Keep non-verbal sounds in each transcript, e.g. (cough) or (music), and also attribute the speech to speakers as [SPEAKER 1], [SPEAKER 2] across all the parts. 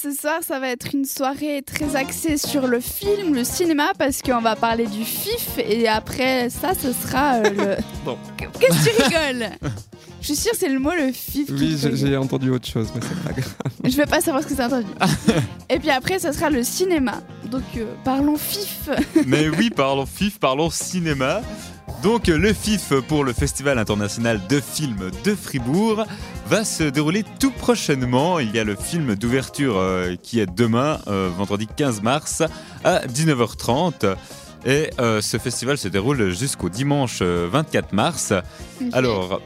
[SPEAKER 1] Ce soir, ça va être une soirée très axée sur le film, le cinéma, parce qu'on va parler du FIF et après ça, ce sera euh,
[SPEAKER 2] (laughs)
[SPEAKER 1] le.
[SPEAKER 3] Bon.
[SPEAKER 1] Qu'est-ce que tu rigoles Je suis sûre, que c'est le mot le FIF. qui
[SPEAKER 3] Oui,
[SPEAKER 1] te fait
[SPEAKER 3] j'ai- j'ai entendu autre chose, mais c'est pas grave.
[SPEAKER 1] Je vais pas savoir ce que c'est
[SPEAKER 2] (laughs)
[SPEAKER 1] entendu. et puis après, ce sera le cinéma. Donc euh, parlons FIF.
[SPEAKER 2] Mais oui, parlons FIF, parlons cinéma. Donc euh, le FIF pour le Festival international de films de Fribourg va se dérouler tout prochainement. Il y a le film d'ouverture euh, qui est demain, euh, vendredi 15 mars, à 19h30. Et euh, ce festival se déroule jusqu'au dimanche euh, 24 mars. (laughs) Alors,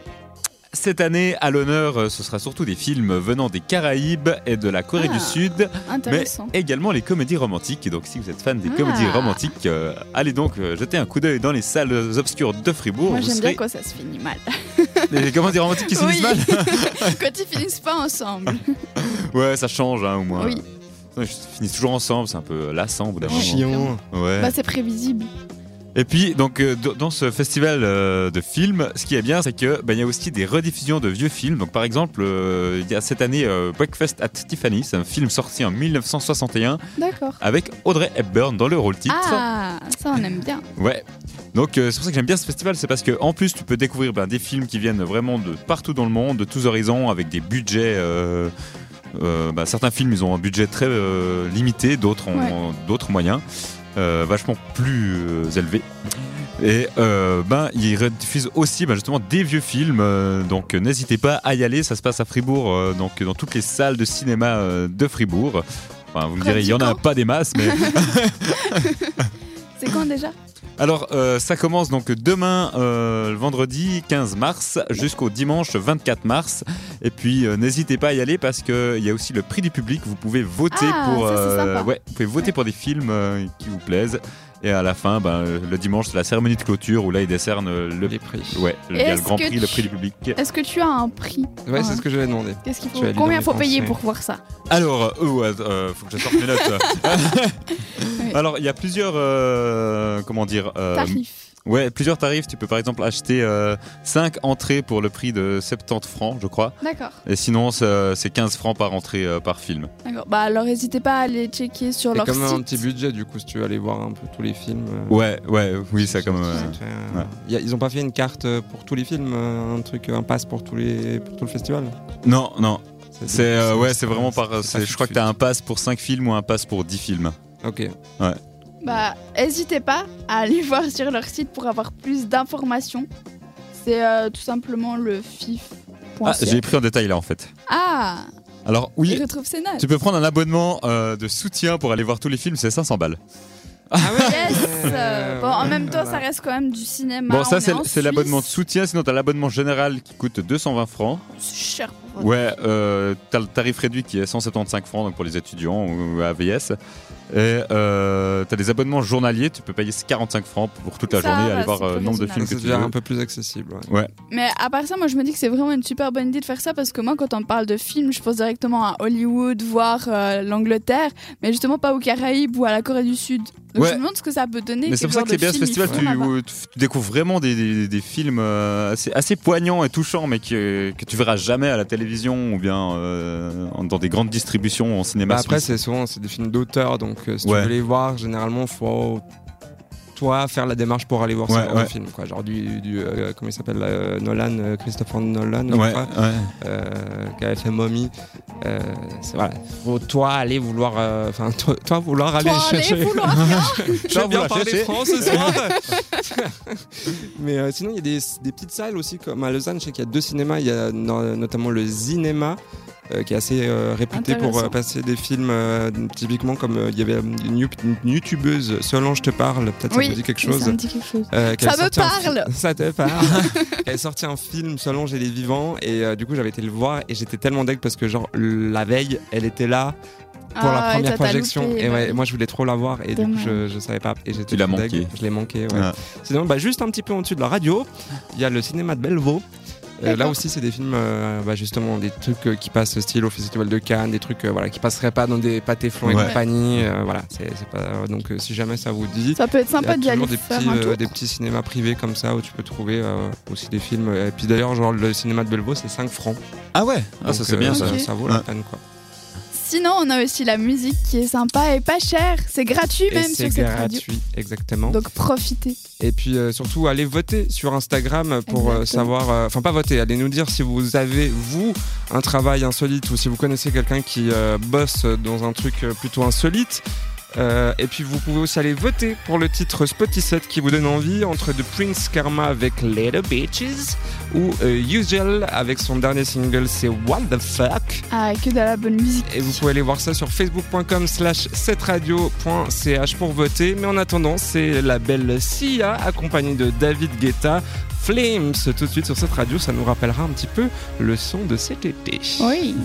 [SPEAKER 2] cette année, à l'honneur, euh, ce sera surtout des films venant des Caraïbes et de la Corée
[SPEAKER 1] Ah.
[SPEAKER 2] du Sud
[SPEAKER 1] (laughs)
[SPEAKER 2] mais
[SPEAKER 1] Intéressant.
[SPEAKER 2] également les comédies romantiques. Donc si vous êtes fan des
[SPEAKER 1] Ah.
[SPEAKER 2] comédies romantiques, euh, allez donc euh, jeter un coup d'œil dans les salles obscures de Fribourg.
[SPEAKER 1] Moi,
[SPEAKER 2] Vous
[SPEAKER 1] j'aime bien
[SPEAKER 2] serez-
[SPEAKER 1] quand ça se finit mal. (laughs)
[SPEAKER 2] (laughs) les comédies romantiques qui se
[SPEAKER 1] Oui.
[SPEAKER 2] finissent mal. (laughs)
[SPEAKER 1] quand ils finissent pas ensemble.
[SPEAKER 2] Ouais, ça change hein, au moins.
[SPEAKER 1] Oui.
[SPEAKER 2] Ils finissent toujours ensemble, c'est un peu lassant au bout d'un moment.
[SPEAKER 3] Chiant.
[SPEAKER 2] Ouais.
[SPEAKER 1] Bah, c'est prévisible.
[SPEAKER 2] Et puis, donc, euh, d- dans ce festival euh, de films, ce qui est bien, c'est que ben, il y a aussi des rediffusions de vieux films. Donc, par exemple, euh, il y a cette année euh, Breakfast at Tiffany, c'est un film sorti en 1961
[SPEAKER 1] D'accord.
[SPEAKER 2] avec Audrey Hepburn dans le rôle titre.
[SPEAKER 1] Ah, ça, on aime bien.
[SPEAKER 2] Ouais. Donc euh, c'est pour ça que j'aime bien ce festival, c'est parce que en plus tu peux découvrir ben, des films qui viennent vraiment de partout dans le monde, de tous horizons, avec des budgets. euh, euh, ben, certains films ils ont un budget très euh, limité, d'autres ont d'autres moyens, euh, vachement plus euh, élevés. Et euh, ben ils rediffusent aussi ben, justement des vieux films, euh, donc euh, n'hésitez pas à y aller. Ça se passe à Fribourg, euh, donc dans toutes les salles de cinéma euh, de Fribourg. Enfin, vous me direz, il y en a
[SPEAKER 1] Pratiquant.
[SPEAKER 2] pas des masses, mais
[SPEAKER 1] C'est quand déjà
[SPEAKER 2] Alors, euh, ça commence donc demain, euh, le vendredi 15 mars, jusqu'au dimanche 24 mars. Et puis, euh, n'hésitez pas à y aller parce qu'il y a aussi le prix du public. Vous pouvez voter
[SPEAKER 1] Ah,
[SPEAKER 2] pour, euh,
[SPEAKER 1] ça, c'est sympa.
[SPEAKER 2] ouais, vous pouvez voter pour des films euh, qui vous plaisent. Et à la fin, ben, le dimanche, c'est la cérémonie de clôture où là, ils décernent euh, le,
[SPEAKER 3] Les prix.
[SPEAKER 2] ouais, il y a le
[SPEAKER 1] Est-ce
[SPEAKER 2] grand
[SPEAKER 1] que
[SPEAKER 2] prix, le
[SPEAKER 1] tu-
[SPEAKER 2] prix du public.
[SPEAKER 1] Est-ce que tu as un prix
[SPEAKER 3] Ouais, c'est ce que j'avais demandé.
[SPEAKER 1] Qu'est-ce qu'il faut
[SPEAKER 3] Tu as lu dans
[SPEAKER 1] Combien
[SPEAKER 3] les
[SPEAKER 1] faut payer
[SPEAKER 3] pensées.
[SPEAKER 1] pour voir ça
[SPEAKER 2] Alors, euh, ouais, euh, faut que je sorte
[SPEAKER 1] (laughs)
[SPEAKER 2] mes notes. (laughs) Alors, il y a plusieurs, euh, comment dire, euh,
[SPEAKER 1] Tarif.
[SPEAKER 2] Ouais, plusieurs tarifs. Tu peux par exemple acheter 5 entrées pour le prix de 70 francs, je crois.
[SPEAKER 1] D'accord.
[SPEAKER 2] Et sinon, ça- c'est 15 francs par entrée euh, par film.
[SPEAKER 1] D'accord. Bah alors n'hésitez pas à aller checker sur
[SPEAKER 3] C'est
[SPEAKER 1] leur
[SPEAKER 3] quand même
[SPEAKER 1] site.
[SPEAKER 3] un petit budget, du coup, si tu veux aller voir un peu tous les films. euh,
[SPEAKER 2] Ouais, ouais, oui, ça
[SPEAKER 3] c'est-
[SPEAKER 2] comme.
[SPEAKER 3] c'est- c'est- euh, y a- ils ont pas fait une carte euh, pour tous les films, euh, un truc, un pass pour, tous les, pour tout le festival
[SPEAKER 2] Non, non,
[SPEAKER 3] C'est-
[SPEAKER 2] c'est euh, ouais, c'est vraiment
[SPEAKER 3] pas
[SPEAKER 2] par. c'est-
[SPEAKER 3] tout
[SPEAKER 2] Je crois
[SPEAKER 3] de
[SPEAKER 2] que t'as un pass pour 5 films ou un pass pour 10 films.
[SPEAKER 3] suite. Ok.
[SPEAKER 1] Bah n'hésitez pas à aller (laughs) voir sur leur site pour avoir plus d'informations. C'est euh, tout simplement le fif.
[SPEAKER 2] Ah, j'ai pris en détail là en fait.
[SPEAKER 1] Ah,
[SPEAKER 2] Alors
[SPEAKER 1] il
[SPEAKER 2] oui,
[SPEAKER 1] retrouve ses notes.
[SPEAKER 2] tu peux prendre un abonnement euh, de soutien pour aller voir tous les films, c'est 500 balles.
[SPEAKER 3] Ah ouais
[SPEAKER 2] (laughs)
[SPEAKER 1] Yes
[SPEAKER 3] Euh,
[SPEAKER 1] euh,
[SPEAKER 3] (laughs)
[SPEAKER 1] Bon, en même temps,
[SPEAKER 3] voilà.
[SPEAKER 1] ça reste quand même du cinéma.
[SPEAKER 2] bon, ça
[SPEAKER 1] Bah, on
[SPEAKER 2] c'est
[SPEAKER 1] est en
[SPEAKER 2] c'est l'abonnement de
[SPEAKER 1] Suisse.
[SPEAKER 2] soutien, sinon t'as l'abonnement général qui coûte 220 francs.
[SPEAKER 1] C'est cher pour votre-
[SPEAKER 2] Ouais, euh, t'as le tarif réduit qui est 175 francs donc pour les étudiants ou AVS. Et euh, t'as des abonnements journaliers, tu peux payer 45 francs pour toute la
[SPEAKER 1] Ça
[SPEAKER 2] journée,
[SPEAKER 1] va,
[SPEAKER 2] aller voir
[SPEAKER 1] c'est
[SPEAKER 2] euh, le nombre de
[SPEAKER 1] plus
[SPEAKER 2] films
[SPEAKER 3] Donc
[SPEAKER 2] que
[SPEAKER 3] C'est
[SPEAKER 2] tu
[SPEAKER 3] déjà
[SPEAKER 2] veux.
[SPEAKER 3] un peu plus accessible. ouais.
[SPEAKER 1] Mais à part ça, moi je me dis que c'est vraiment une super bonne idée de faire ça parce que moi quand on parle de films, je pense directement à Hollywood, voire euh, l'Angleterre, mais justement pas aux Caraïbes ou à la Corée du Sud. Donc
[SPEAKER 2] Ouais.
[SPEAKER 1] je me demande ce que ça peut donner.
[SPEAKER 2] Mais c'est
[SPEAKER 1] quel
[SPEAKER 2] pour ça
[SPEAKER 1] genre
[SPEAKER 2] que c'est
[SPEAKER 1] de
[SPEAKER 2] bien ce
[SPEAKER 1] film
[SPEAKER 2] festival,
[SPEAKER 1] ils
[SPEAKER 2] tu,
[SPEAKER 1] font là-bas.
[SPEAKER 2] où tu- tu découvres vraiment des, des- des films euh, assez, assez poignants et touchants, mais que, que tu verras jamais à la télévision ou bien euh, en- dans des grandes distributions en cinéma.
[SPEAKER 3] Bah après,
[SPEAKER 2] suisse.
[SPEAKER 3] c'est souvent c'est des films d'auteur, donc euh, si
[SPEAKER 2] Ouais.
[SPEAKER 3] tu veux les voir, généralement, faut toi faire la démarche pour aller voir ce
[SPEAKER 2] Ouais,
[SPEAKER 3] genre de
[SPEAKER 2] ouais.
[SPEAKER 3] film. Quoi. Genre du, du, euh, comment il s'appelle euh, Nolan, euh, Christopher Nolan, je
[SPEAKER 2] ouais,
[SPEAKER 3] crois,
[SPEAKER 2] ouais.
[SPEAKER 3] euh, qui avait fait Mommy. Euh, c'est- voilà. Faut toi aller vouloir, euh, enfin (laughs) toi, toi vouloir aller
[SPEAKER 1] Toi, allez,
[SPEAKER 3] chercher.
[SPEAKER 1] vouloir
[SPEAKER 3] Je vais
[SPEAKER 2] Toi,
[SPEAKER 3] bien
[SPEAKER 2] vouloir
[SPEAKER 3] parler
[SPEAKER 2] chercher.
[SPEAKER 3] France ce soir. (laughs) Mais euh, sinon, il y a des, des petites salles aussi, comme à Lausanne, je sais qu'il y a deux cinémas. Il y a no- notamment le Cinéma, euh, qui est assez euh, réputé pour euh,
[SPEAKER 1] Intéressant.
[SPEAKER 3] passer des films euh, typiquement comme euh, il y avait une, you- une youtubeuse, Solange te parle, peut-être ça
[SPEAKER 1] oui,
[SPEAKER 3] vous dit quelque
[SPEAKER 1] mais
[SPEAKER 3] (laughs) chose.
[SPEAKER 1] Ça me dit quelque chose.
[SPEAKER 3] Euh, qu'elle
[SPEAKER 1] Ça me
[SPEAKER 3] sortait un fi-
[SPEAKER 1] parle.
[SPEAKER 3] (laughs) Ça te parle
[SPEAKER 1] (laughs)
[SPEAKER 3] Elle sorti un film Solange et les vivants et euh, du coup j'avais été le voir et j'étais tellement deg parce que genre la veille elle était là pour la
[SPEAKER 1] Ah,
[SPEAKER 3] première
[SPEAKER 1] et t'as- t'as
[SPEAKER 3] projection
[SPEAKER 1] loupé,
[SPEAKER 3] et
[SPEAKER 1] bah
[SPEAKER 3] ouais,
[SPEAKER 1] oui.
[SPEAKER 3] moi je voulais trop la voir et du
[SPEAKER 1] Dommage.
[SPEAKER 3] coup je, je savais pas et j'étais
[SPEAKER 2] Tu l'as
[SPEAKER 3] tout deg.
[SPEAKER 2] manqué.
[SPEAKER 3] je l'ai manqué ouais.
[SPEAKER 2] Ah.
[SPEAKER 3] sinon bah, juste un petit peu en dessus de la radio il y a le cinéma de Bellevaux Euh, là
[SPEAKER 1] D'accord.
[SPEAKER 3] aussi c'est des films euh, bah, justement des trucs euh, qui passent style au festival de Cannes des trucs euh, voilà qui passeraient pas dans des pâtés flancs
[SPEAKER 2] Ouais.
[SPEAKER 3] et compagnie euh, voilà c'est c'est pas donc euh, si jamais ça vous dit
[SPEAKER 1] Ça peut être
[SPEAKER 3] il y a
[SPEAKER 1] sympa d'y aller
[SPEAKER 3] toujours des
[SPEAKER 1] faire
[SPEAKER 3] petits,
[SPEAKER 1] un
[SPEAKER 3] euh,
[SPEAKER 1] tour.
[SPEAKER 3] des petits cinémas privés comme ça où tu peux trouver euh, aussi des films. Et puis d'ailleurs, genre le cinéma de Belvaux, c'est 5 francs.
[SPEAKER 2] Ah ouais, ah,
[SPEAKER 3] Donc,
[SPEAKER 2] ça c'est
[SPEAKER 3] euh,
[SPEAKER 2] bien ça.
[SPEAKER 1] Ok.
[SPEAKER 3] Ça vaut la
[SPEAKER 2] Ouais.
[SPEAKER 3] peine quoi.
[SPEAKER 1] sinon, on a aussi la musique qui est sympa et pas chère. C'est gratuit
[SPEAKER 3] Et
[SPEAKER 1] même
[SPEAKER 3] c'est
[SPEAKER 1] sur cette radio.
[SPEAKER 3] gratuit, exactement.
[SPEAKER 1] Donc profitez.
[SPEAKER 3] Et puis euh, surtout, allez voter sur Instagram pour euh,
[SPEAKER 1] Exactement.
[SPEAKER 3] savoir. euh, Enfin, pas voter, allez nous dire si vous avez, vous, un travail insolite ou si vous connaissez quelqu'un qui euh, bosse dans un truc euh, plutôt insolite. Euh, et puis vous pouvez aussi aller voter pour le titre Spotty Set qui vous donne envie entre The Prince Karma avec Little Bitches ou euh, Usual avec son dernier single c'est What the Fuck.
[SPEAKER 1] Ah, que de la bonne musique.
[SPEAKER 3] Et vous pouvez aller voir ça sur facebook.com slash 7radio.ch pour voter. Mais en attendant, c'est la belle Sia accompagnée de David Guetta. Flames, tout de suite sur cette radio, ça nous rappellera un petit peu le son de cet été.
[SPEAKER 1] Oui.